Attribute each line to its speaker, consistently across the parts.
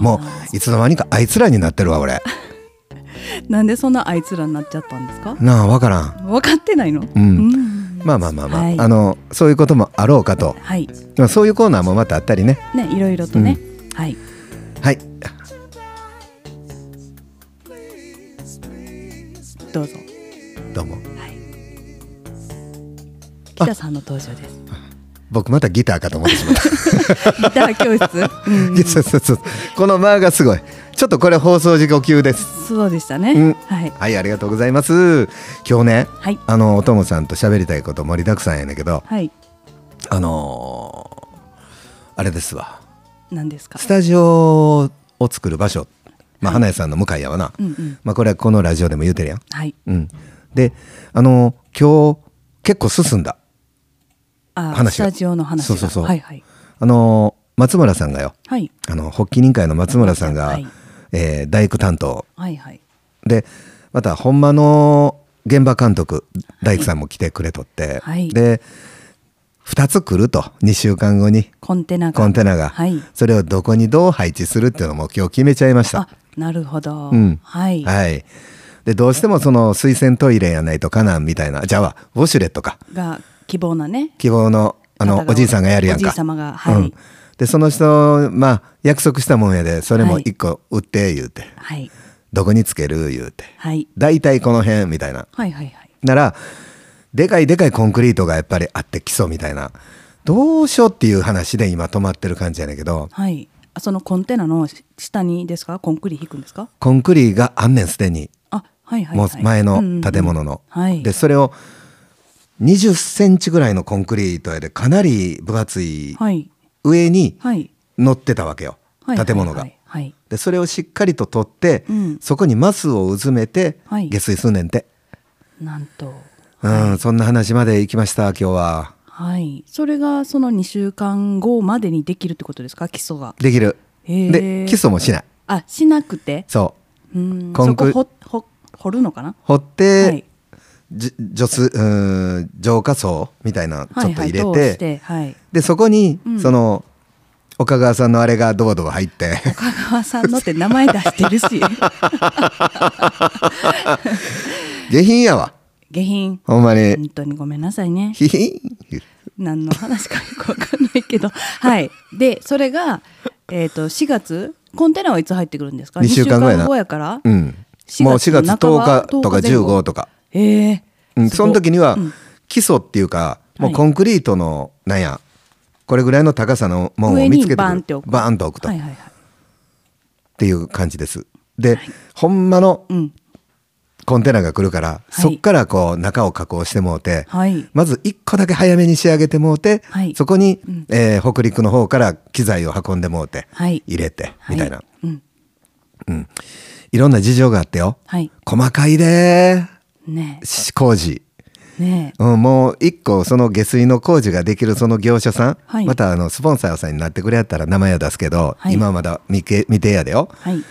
Speaker 1: もういつの間にかあいつらになってるわ 俺
Speaker 2: なんでそんなあいつらになっちゃったんですか
Speaker 1: なあ分からん
Speaker 2: 分かってないの
Speaker 1: う
Speaker 2: うんん
Speaker 1: まあまあまあまあ、
Speaker 2: はい
Speaker 1: あのそういうこともあろうかと、
Speaker 2: はい
Speaker 1: まあ、そういうコーナーもまたあったりね
Speaker 2: ねいろいろとね、はい
Speaker 1: はい
Speaker 2: どうぞ
Speaker 1: どうも
Speaker 2: はい北さんの登場です
Speaker 1: 僕またギターかと思ってしまった
Speaker 2: ギター教 室、うん、
Speaker 1: そうそうそうこの間がすごいちょっとこれ放送事故級です
Speaker 2: そうでしたね、
Speaker 1: うん
Speaker 2: はい
Speaker 1: はいありがとうございます今日ね
Speaker 2: はい
Speaker 1: あのおともさんと喋りたいこと盛りだくさんやねんけど
Speaker 2: はい
Speaker 1: あのーあれですわ
Speaker 2: 何ですか
Speaker 1: スタジオを作る場所、まあ、花屋さんの向かいやわな、
Speaker 2: うんうん
Speaker 1: まあ、これはこのラジオでも言うてるやん、
Speaker 2: はい
Speaker 1: うん、であの今日結構進んだ
Speaker 2: あ
Speaker 1: 話が
Speaker 2: スタジオの話が
Speaker 1: そうそうそう
Speaker 2: はいはい
Speaker 1: あの松村さんがよ
Speaker 2: はい
Speaker 1: あの発起人会の松村さんが、
Speaker 2: はい
Speaker 1: えー大工担当
Speaker 2: はいはい
Speaker 1: でまた本間の現場監督大工さんも来てくれとって、
Speaker 2: はい
Speaker 1: で2つ来ると2週間後に
Speaker 2: コンテナが
Speaker 1: コンテナが、
Speaker 2: はい
Speaker 1: それをどこにどう配置するっていうのも今日決めちゃいました
Speaker 2: あ。なるほど、
Speaker 1: うん
Speaker 2: はい、
Speaker 1: はい、でどうしてもその水洗トイレやないとかなんみたいなじゃあウォシュレットか
Speaker 2: が希望なね
Speaker 1: 希望のあの
Speaker 2: 方が
Speaker 1: おじいさんがやるやん
Speaker 2: お
Speaker 1: か
Speaker 2: じい様がはい、
Speaker 1: うん、でその人まあ約束したもんやでそれも
Speaker 2: はい
Speaker 1: 一個売って言うて、
Speaker 2: はい
Speaker 1: どこにつける言うて
Speaker 2: はい
Speaker 1: 大体この辺みたいな
Speaker 2: はいはいはい
Speaker 1: ならでかいでかいコンクリートがやっぱりあってきそうみたいなどうしようっていう話で今止まってる感じやねんけど
Speaker 2: はいあそのコンテナのし下にですかコンクリ引くんですか
Speaker 1: コンクリがあんねんすでに
Speaker 2: あはいはい、
Speaker 1: もう
Speaker 2: はい、
Speaker 1: 前
Speaker 2: うんうんう
Speaker 1: の
Speaker 2: ん
Speaker 1: 建物の。
Speaker 2: はい
Speaker 1: でそれを20センチぐらいのコンクリートやでかなり分厚い
Speaker 2: はい
Speaker 1: 上に
Speaker 2: はい
Speaker 1: 乗ってたわけよ、
Speaker 2: はいはい
Speaker 1: 建物が。
Speaker 2: はいはい
Speaker 1: でそれをしっかりと取って、
Speaker 2: うん
Speaker 1: そこにマスをうずめて
Speaker 2: はい
Speaker 1: 下水すんねんて、
Speaker 2: なんと
Speaker 1: うんそんな話まで行きました今日は
Speaker 2: はいそれがその2週間後までにできるってことですか基礎が
Speaker 1: できる
Speaker 2: へえ
Speaker 1: で基礎もしない
Speaker 2: あしなくて
Speaker 1: そう
Speaker 2: うん
Speaker 1: コンク
Speaker 2: そこ掘掘掘るのかな
Speaker 1: 掘っ
Speaker 2: はい、
Speaker 1: てじ除水うん浄化層みたいなのちょっと入れて,、
Speaker 2: はいはい、通してはい
Speaker 1: でそこに、
Speaker 2: うん
Speaker 1: その岡川さんのあれがドバドバ入って
Speaker 2: 香川さんのって名前出してるし
Speaker 1: 下品やわ
Speaker 2: 下品
Speaker 1: ほんまに
Speaker 2: 本当にごめんなさいね
Speaker 1: ひひん
Speaker 2: 何の話かよくわかんないけ どはいでそれが、えー、と4月コンテナはいつ入ってくるんですか
Speaker 1: 二週間ぐらいな
Speaker 2: 二後やから、
Speaker 1: うん
Speaker 2: 4
Speaker 1: もう4月
Speaker 2: の半ば
Speaker 1: 10日とか
Speaker 2: 10前後
Speaker 1: 15とか
Speaker 2: ええ
Speaker 1: うん、その時には
Speaker 2: うん
Speaker 1: 基礎っていうか、も
Speaker 2: は
Speaker 1: う
Speaker 2: い
Speaker 1: コンクリートのなんやこれぐらいの高さのもんを
Speaker 2: 上
Speaker 1: 見
Speaker 2: に
Speaker 1: つけてくる
Speaker 2: バンって置く
Speaker 1: バーンと置くと、
Speaker 2: はい
Speaker 1: っ
Speaker 2: はいはい
Speaker 1: ていう感じですで、ほんまの
Speaker 2: うん
Speaker 1: コンテナが来るから、
Speaker 2: はい
Speaker 1: そっからこう中を加工してもうて、
Speaker 2: はい
Speaker 1: まず1個だけ早めに仕上げてもうて、
Speaker 2: はい
Speaker 1: そこに、えー北陸の方から機材を運んでもうて、
Speaker 2: はい
Speaker 1: 入れてみたいな、、
Speaker 2: はいうん
Speaker 1: ろんな事情があってよ
Speaker 2: はい
Speaker 1: 細かいで
Speaker 2: ね
Speaker 1: ーし工事。
Speaker 2: えねえ
Speaker 1: うん、もう一個その下水の工事ができるその業者さん、
Speaker 2: はい
Speaker 1: またあのスポンサーさんになってくれやったら名前は出すけど、
Speaker 2: はい
Speaker 1: 今まだ未け未定やでよ
Speaker 2: はい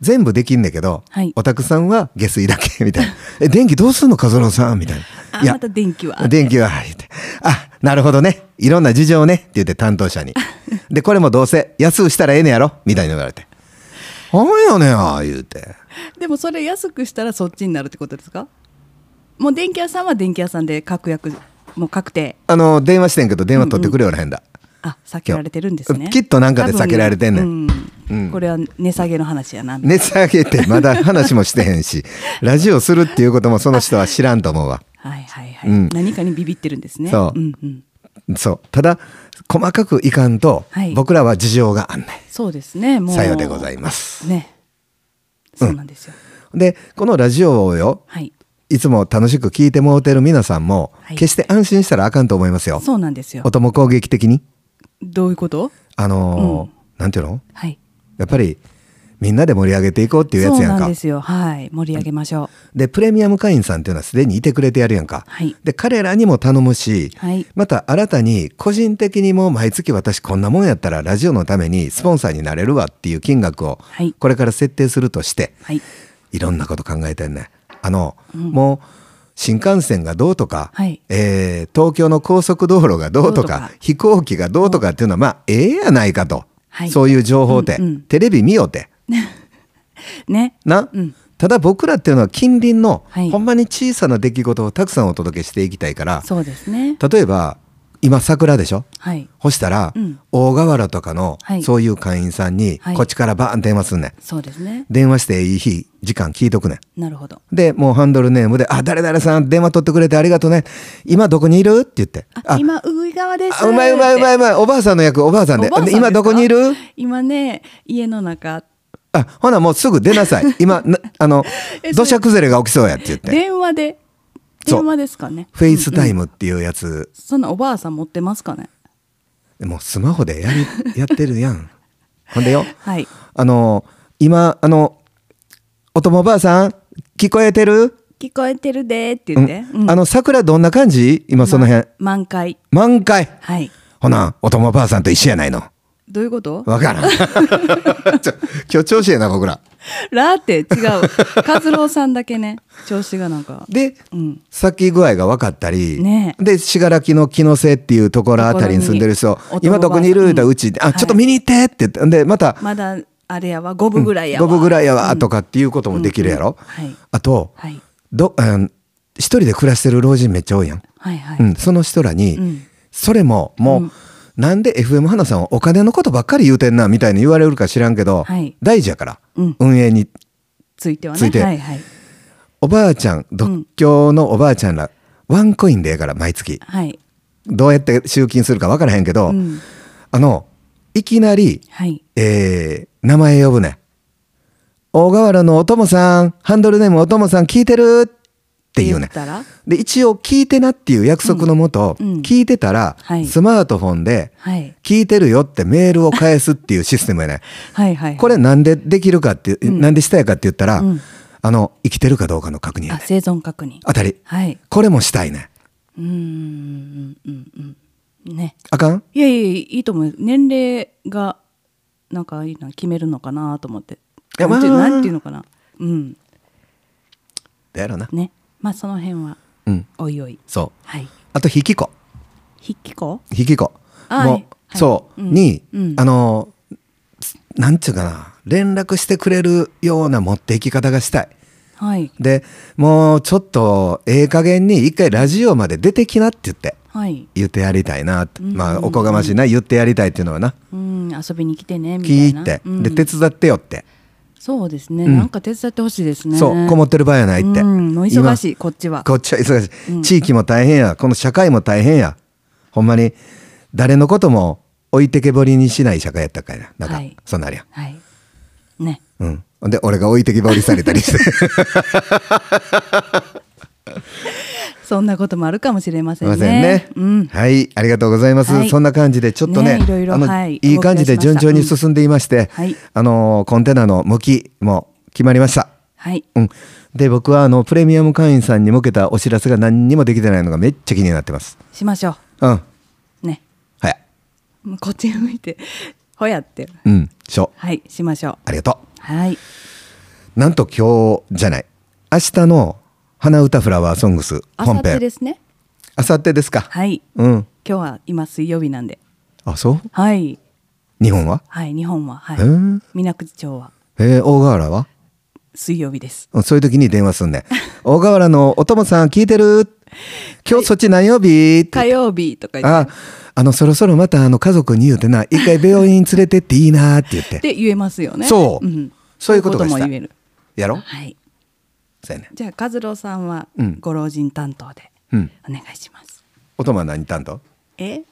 Speaker 1: 全部できんねんけど、
Speaker 2: はい
Speaker 1: おたくさんは下水だけみたいな 「え電気どうすんの和郎さん」みたいな「
Speaker 2: あまた電気は
Speaker 1: 電気は」言って「あなるほどねいろんな事情ね」って言って担 当者に「でこれもどうせ安うしたらええねやろ」みたいに言われて「ほんよねや」言うて
Speaker 2: でもそれ安くしたらそっちになるってことですかもう電気屋さんは電気屋さんで確約もう確定
Speaker 1: あの電話してんけど電話取ってくれよらへんだ。
Speaker 2: あ避けられてるんですね
Speaker 1: きっとなんかで避けられてんね
Speaker 2: 多
Speaker 1: ん
Speaker 2: 分うんこれは値下げの話やな、
Speaker 1: 値下げてまだ話もしてへん しラジオするっていうこともその人は知らんと思うわ
Speaker 2: はいはいはい、
Speaker 1: うん
Speaker 2: 何かにビビってるんですね
Speaker 1: そうん
Speaker 2: うん、
Speaker 1: そうただ細かくいかんと、
Speaker 2: はい
Speaker 1: 僕らは事情があんねん
Speaker 2: そうですねもう
Speaker 1: さようでございます
Speaker 2: ねそうなんですよ、
Speaker 1: でこのラジオをよ
Speaker 2: はい
Speaker 1: いつも楽しく聞いてもうてる皆さんも、
Speaker 2: はい
Speaker 1: 決して安心したらあかんと思いますよ
Speaker 2: そうなんですよ
Speaker 1: おとも攻撃的に
Speaker 2: どういうこと
Speaker 1: あのー
Speaker 2: うん
Speaker 1: なんていうの
Speaker 2: はい
Speaker 1: やっぱりみんなで盛り上げていこうっていうやつやん
Speaker 2: そうな
Speaker 1: か
Speaker 2: んですよはい盛り上げましょう、
Speaker 1: でプレミアム会員さんっていうのはすでにいてくれてやるやんか、
Speaker 2: はい
Speaker 1: で彼らにも頼むし、
Speaker 2: はい
Speaker 1: また新たに個人的にもう毎月私こんなもんやったらラジオのためにスポンサーになれるわっていう金額を
Speaker 2: はい
Speaker 1: これから設定するとして、
Speaker 2: はい
Speaker 1: い、ろんなこと考えてんねあの、もう新幹線がどうとか、
Speaker 2: はい
Speaker 1: えー東京の高速道路がどう
Speaker 2: ど
Speaker 1: とか
Speaker 2: うとか
Speaker 1: 飛行機がどうとかっていうのはまあええやないかと
Speaker 2: はい
Speaker 1: そういう情報って、
Speaker 2: うんうん
Speaker 1: テレビ見よって
Speaker 2: ね
Speaker 1: な、
Speaker 2: うん
Speaker 1: ただ僕らっていうのは近隣の、
Speaker 2: はい
Speaker 1: ほんまに小さな出来事をたくさんお届けしていきたいから
Speaker 2: そうですね
Speaker 1: 例えば今桜でしょ
Speaker 2: はい
Speaker 1: 干したら、
Speaker 2: うん
Speaker 1: 大河原とかの、
Speaker 2: はい
Speaker 1: そういう会員さんに、
Speaker 2: はい
Speaker 1: こっちからバーン電話すんねん
Speaker 2: そうですね
Speaker 1: 電話していい日時間聞いとくねん
Speaker 2: なるほど
Speaker 1: でもうハンドルネームで「あ誰々さん電話取ってくれてありがとうね今どこにいる?」って言って「
Speaker 2: あ今上側です
Speaker 1: あうまいうまいうまいうまいおばあさんの役おばあさんで
Speaker 2: おばあさんですか
Speaker 1: 今どこにいる
Speaker 2: 今ね家の中
Speaker 1: あほなもうすぐ出 なさい今なあの
Speaker 2: えそれ
Speaker 1: 土砂崩れが起きそうやって言って
Speaker 2: 電話で
Speaker 1: そう
Speaker 2: 電話ですかね
Speaker 1: フェイスタイムっていうやつ、
Speaker 2: そんなおばあさん持ってますかね
Speaker 1: もうスマホでやりやってるやんほんでよ
Speaker 2: はい
Speaker 1: あの今あのおともおばあさん聞こえてる
Speaker 2: 聞こえてるでーって言って、
Speaker 1: うんあの桜どんな感じ今その辺、
Speaker 2: ま満開
Speaker 1: 満開
Speaker 2: はい
Speaker 1: ほなおともおばあさんと一緒やないの
Speaker 2: どういうこと
Speaker 1: わか らんちょ今日調子やな僕ら
Speaker 2: ラーって違う カズローさんだけね調子がなんか
Speaker 1: で、
Speaker 2: うん
Speaker 1: 咲き具合が分かったり、
Speaker 2: ねえ
Speaker 1: で信楽の木の瀬っていうところあたりに住んでる人
Speaker 2: ところに
Speaker 1: 今どこにいる?」だうち、
Speaker 2: は
Speaker 1: あ
Speaker 2: い
Speaker 1: ちょっと見に行って」って言ってでまた
Speaker 2: まだあれやわ五分ぐらい
Speaker 1: 「
Speaker 2: や
Speaker 1: 五
Speaker 2: わ、
Speaker 1: 分ぐらいやわ」とかっていうこともできるやろ、
Speaker 2: うんうんはい
Speaker 1: あと、
Speaker 2: はい
Speaker 1: どうん一人で暮らしてる老人めっちゃ多いやん、
Speaker 2: はいはい、
Speaker 1: うん、その人らに、
Speaker 2: うん
Speaker 1: それももう、なんで FM 花さんはお金のことばっかり言うてんなみたいに言われるか知らんけど、
Speaker 2: はい
Speaker 1: 大事やから、
Speaker 2: うん
Speaker 1: 運営に
Speaker 2: ついてはね
Speaker 1: ついて
Speaker 2: はいはい
Speaker 1: おばあちゃん独協のおばあちゃんら、ワンコインでええから毎月
Speaker 2: はい
Speaker 1: どうやって集金するか分からへんけど、
Speaker 2: うん
Speaker 1: あのいきなり、
Speaker 2: はい
Speaker 1: えー名前呼ぶね大河原のおともさんハンドルネームおともさん聞いてるって言う
Speaker 2: 言
Speaker 1: ね
Speaker 2: ったら
Speaker 1: で一応聞いてなっていう約束のもと、
Speaker 2: うんうん
Speaker 1: 聞いてたら、
Speaker 2: はい
Speaker 1: スマートフォンで
Speaker 2: はい
Speaker 1: 聞いてるよってメールを返すっていうシステムやね
Speaker 2: はいはい
Speaker 1: これなんでできるかって、なんでしたやかって言ったら、
Speaker 2: うん
Speaker 1: あの生きてるかどうかの確認や
Speaker 2: あ
Speaker 1: ね
Speaker 2: 生存確認
Speaker 1: あたり
Speaker 2: はい
Speaker 1: これもしたいね
Speaker 2: うーんうんうんうんね
Speaker 1: あかん
Speaker 2: いやいやいやいいと思う年齢がなんかいいな決めるのかなと思って
Speaker 1: いや
Speaker 2: なんていう
Speaker 1: まあ
Speaker 2: なんていうのかなうん
Speaker 1: だやろな
Speaker 2: ねまあその辺は
Speaker 1: うん
Speaker 2: おいおい
Speaker 1: そう
Speaker 2: はい
Speaker 1: あと引き子
Speaker 2: 筆記子
Speaker 1: 引き子
Speaker 2: あ
Speaker 1: も
Speaker 2: はいう
Speaker 1: そう、
Speaker 2: うん
Speaker 1: に、
Speaker 2: うん
Speaker 1: あのなんちゅうかな連絡してくれるような持っていき方がしたい
Speaker 2: はい
Speaker 1: でもうちょっとええ加減に一回ラジオまで出てきなって言って
Speaker 2: はい
Speaker 1: 言ってやりたいなって、
Speaker 2: うん
Speaker 1: まあおこがましいな言ってやりたいっていうのはな
Speaker 2: うん遊びに来てねみた
Speaker 1: 聞
Speaker 2: い
Speaker 1: い
Speaker 2: な
Speaker 1: て、
Speaker 2: うん
Speaker 1: で手伝ってよって、
Speaker 2: そうですね、
Speaker 1: うん
Speaker 2: なんか手伝ってほしいですね
Speaker 1: そうこもってる場合やないって、
Speaker 2: うんもう忙しい
Speaker 1: 今
Speaker 2: こっちは
Speaker 1: こっちは忙しい、
Speaker 2: うん
Speaker 1: 地域も大変やこの社会も大変やほんまに誰のことも置いてけぼりにしない社会やったからななんか、
Speaker 2: はい
Speaker 1: そんなんあるやん
Speaker 2: はいね
Speaker 1: うん。で、俺が置いてきぼりされ たりして。
Speaker 2: そんなこともあるかもしれませ
Speaker 1: す
Speaker 2: んね
Speaker 1: いませんね。
Speaker 2: うん
Speaker 1: はい、ありがとうございます。
Speaker 2: はい
Speaker 1: そんな感じで、ちょっとね、
Speaker 2: ねいろいろ
Speaker 1: あの、
Speaker 2: はい
Speaker 1: い、い感じで順調
Speaker 2: 動
Speaker 1: に
Speaker 2: き出しました
Speaker 1: 進んでいまして、
Speaker 2: はい
Speaker 1: あのー、コンテナの向きも決まりました。
Speaker 2: はい
Speaker 1: うん。で、僕は、あの、プレミアム会員さんに向けたお知らせが何にもできてないのがめっちゃ気になってます。
Speaker 2: しましょ
Speaker 1: うん。
Speaker 2: うね
Speaker 1: はい。
Speaker 2: もうこっち向いてほやって
Speaker 1: うん。しょ。
Speaker 2: はいしましょう
Speaker 1: ありがと
Speaker 2: はい。
Speaker 1: う。なんと今日じゃない。明日の花歌フラワーソングス
Speaker 2: あさ
Speaker 1: 本
Speaker 2: って
Speaker 1: 編。
Speaker 2: ですね。
Speaker 1: あさってですか。
Speaker 2: はい。
Speaker 1: うん。
Speaker 2: 今日は今水曜日なんで。
Speaker 1: あ、そう
Speaker 2: はい。
Speaker 1: 日本は
Speaker 2: はい。日本は。はい
Speaker 1: へー。
Speaker 2: 水口町は
Speaker 1: えー、大河原は
Speaker 2: 水曜日です。
Speaker 1: そういう時に電話す んね。大河原のお友さん聞いてる今日そっち何曜日って
Speaker 2: 火曜日とか言っ
Speaker 1: あ、あの、そろそろまたあの家族に言うてな、一回病院連れてっていいなって言って。
Speaker 2: てで言えますよね。
Speaker 1: そう、
Speaker 2: ん
Speaker 1: そういうことが
Speaker 2: そ
Speaker 1: し
Speaker 2: ういうも
Speaker 1: たい
Speaker 2: 言える。
Speaker 1: やろ
Speaker 2: はい。
Speaker 1: そうやね。
Speaker 2: じゃあ和郎さんは
Speaker 1: うん
Speaker 2: ご老人担当で
Speaker 1: うん。
Speaker 2: お願いします。
Speaker 1: お友は何担当
Speaker 2: え？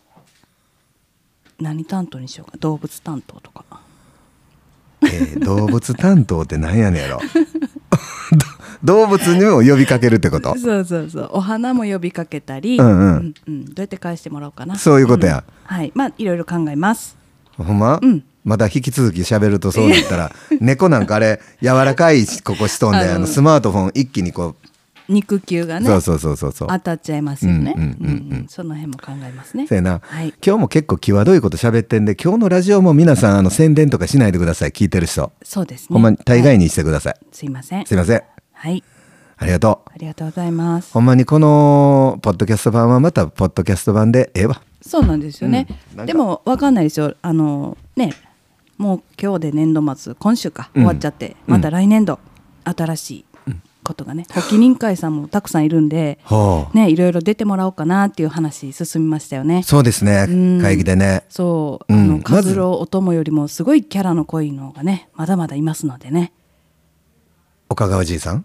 Speaker 2: 何担当にしようか。動物担当とか。
Speaker 1: えー動物担当って何やねんやろ ど動物にも呼びかけるってこと
Speaker 2: そうそうそう。お花も呼びかけたり、
Speaker 1: うんうん
Speaker 2: うんどうやって返してもらおうかな。
Speaker 1: そういうことや
Speaker 2: んはい。まあいろいろ考えます。
Speaker 1: ほんま、
Speaker 2: うん
Speaker 1: まだ引き続き喋るとそうなっ たら、猫なんかあれ、柔らかいここしとんで、
Speaker 2: あの
Speaker 1: あのスマートフォン一気にこ
Speaker 2: 肉球が
Speaker 1: う、
Speaker 2: ね。
Speaker 1: そうそうそうそうそう。
Speaker 2: 当たっちゃいますよね。
Speaker 1: う
Speaker 2: うんん
Speaker 1: うんうんうん
Speaker 2: うんその辺も考えますね。
Speaker 1: せやな、
Speaker 2: はい
Speaker 1: 今日も結構際どいこと喋ってんで今日のラジオも皆さんあの宣伝とかしないでください聞いてる人、
Speaker 2: そうですね。
Speaker 1: ほんまに大
Speaker 2: はい
Speaker 1: 概にしてください、
Speaker 2: すいません。
Speaker 1: すいません
Speaker 2: はい。
Speaker 1: ありがとう
Speaker 2: ありがとうございます。
Speaker 1: ほんまにこのポッドキャスト版はまたポッドキャスト版でええわ
Speaker 2: そうなんですよね
Speaker 1: うんなんか。
Speaker 2: でもわかんないですよ。あのね、もう今日で年度末今週か終わっちゃって、
Speaker 1: うん
Speaker 2: また来年度新しいことがね発起人会さんもたくさんいるんで、
Speaker 1: ほう
Speaker 2: ね、いろいろ出てもらおうかなっていう話進みましたよね。
Speaker 1: そうですね
Speaker 2: うん
Speaker 1: 会議でね
Speaker 2: そう、
Speaker 1: うん
Speaker 2: あの
Speaker 1: ま
Speaker 2: カ
Speaker 1: ず
Speaker 2: ズロお供よりもすごいキャラの濃いのがねまだまだいますのでね
Speaker 1: 岡川じいさ ん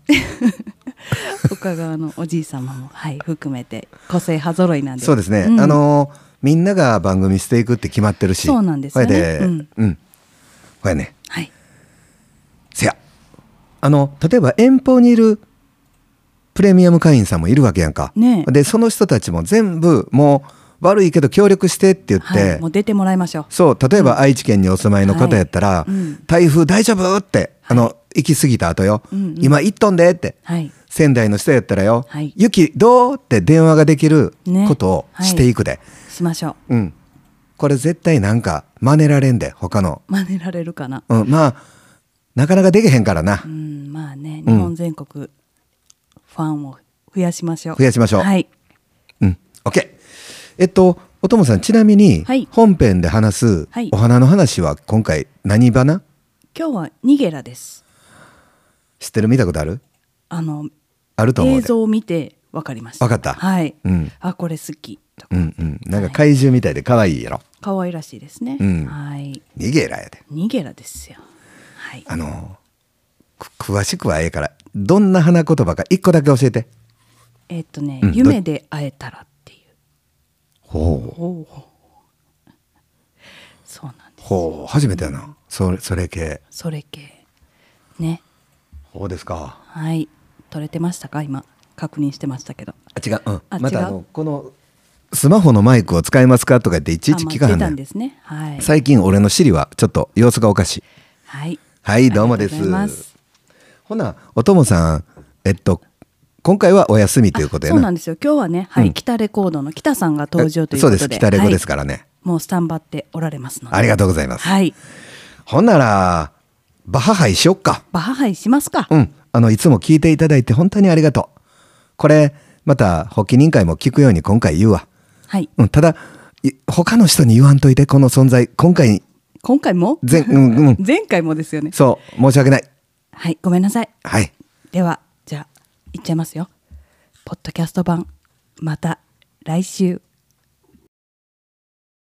Speaker 2: 岡川のおじい様も、はい、含めて個性派揃いなんで
Speaker 1: そうですね、
Speaker 2: ん
Speaker 1: あのーみんなが番組していくって決まってるし
Speaker 2: そうなんですよね
Speaker 1: これでう
Speaker 2: うんん、
Speaker 1: これね
Speaker 2: はい、
Speaker 1: せやあの例えば遠方にいるプレミアム会員さんもいるわけやんか、
Speaker 2: ねえ
Speaker 1: でその人たちも全部もう悪いけど協力してって言って、
Speaker 2: はい、もう出てもらいましょう
Speaker 1: そう例えば愛知県にお住まいの方やったら、
Speaker 2: はいうん
Speaker 1: 台風大丈夫ってあの行き過ぎた後よ、
Speaker 2: うんうん
Speaker 1: 今行っとんでって
Speaker 2: はい
Speaker 1: 仙台の人やったらよ、
Speaker 2: はい
Speaker 1: 雪どうって電話ができる
Speaker 2: ね
Speaker 1: ことをしていくで、
Speaker 2: しましょう
Speaker 1: うんこれ絶対なんか真似られんで他の、
Speaker 2: 真似られるかな
Speaker 1: うん、まあなかなかできへんからな、
Speaker 2: うんまあね
Speaker 1: う
Speaker 2: 日
Speaker 1: ん
Speaker 2: 本全国ファンを増やしましょう
Speaker 1: 増やしましょう
Speaker 2: はい
Speaker 1: うん、OK えっとおともさんちなみに
Speaker 2: はい
Speaker 1: 本編で話す
Speaker 2: はい
Speaker 1: お花の話は今回何花
Speaker 2: 今日はニゲラです
Speaker 1: 知ってる見たことある
Speaker 2: あの
Speaker 1: あると思
Speaker 2: 映
Speaker 1: うで
Speaker 2: 像を見てわかりました
Speaker 1: わかった
Speaker 2: はい、
Speaker 1: うん
Speaker 2: あこれ好きとか
Speaker 1: うんうんなんか怪獣みたいで可愛いやろ
Speaker 2: 可愛らしいですね、
Speaker 1: うん
Speaker 2: はい
Speaker 1: 逃げらやで
Speaker 2: ニゲラですよはい
Speaker 1: あのく詳しくはええからどんな花言葉か一個だけ教えて
Speaker 2: えっとね、
Speaker 1: うんど
Speaker 2: 夢で会えたらっていう
Speaker 1: ほう
Speaker 2: ほうそうなんです
Speaker 1: ほう初めてやなそれそれ系
Speaker 2: それ系ね
Speaker 1: ほうですか
Speaker 2: はい取れてましたか今確認してましたけど
Speaker 1: あ違ううん
Speaker 2: あ
Speaker 1: ま
Speaker 2: 違
Speaker 1: た
Speaker 2: う
Speaker 1: あのこのスマホのマイクを使いますかとか言っていちいち聞かは
Speaker 2: あ
Speaker 1: ん
Speaker 2: ま
Speaker 1: ね
Speaker 2: あ出たん
Speaker 1: ん
Speaker 2: ですねはい、
Speaker 1: 最近俺の尻はちょっと様子がおかしい
Speaker 2: はい、
Speaker 1: はい、どうもです
Speaker 2: ありがとございます。
Speaker 1: ほな、おともさん、えっと、今回はお休みということや
Speaker 2: そうな
Speaker 1: な。
Speaker 2: んですよ。今日はね、はい、
Speaker 1: うん
Speaker 2: 北レコードの北さんが登場という
Speaker 1: そ
Speaker 2: こ
Speaker 1: う
Speaker 2: と
Speaker 1: で
Speaker 2: で、
Speaker 1: す。北レゴです
Speaker 2: ら、
Speaker 1: からね。
Speaker 2: もうスタンバっておられますので、
Speaker 1: ありがとうご
Speaker 2: ざい
Speaker 1: ざいます。
Speaker 2: はい、
Speaker 1: ほんなら、バハハイしよっか。
Speaker 2: バハハイしますか。
Speaker 1: うん。あの、いつも聞いていただいて本当にありがとう。これ、また、発起人会も聞くように今回言うわ。
Speaker 2: はい、
Speaker 1: うん、ただ、い他の人に言わんといて、この存在。今回、
Speaker 2: 今回も、
Speaker 1: 全、うん、うん。
Speaker 2: 前回もですよね。
Speaker 1: そう、申し訳ない。
Speaker 2: はい、ごめんなさい。
Speaker 1: はい。
Speaker 2: では、じゃあ、いっちゃいますよ。ポッドキャスト版、また来週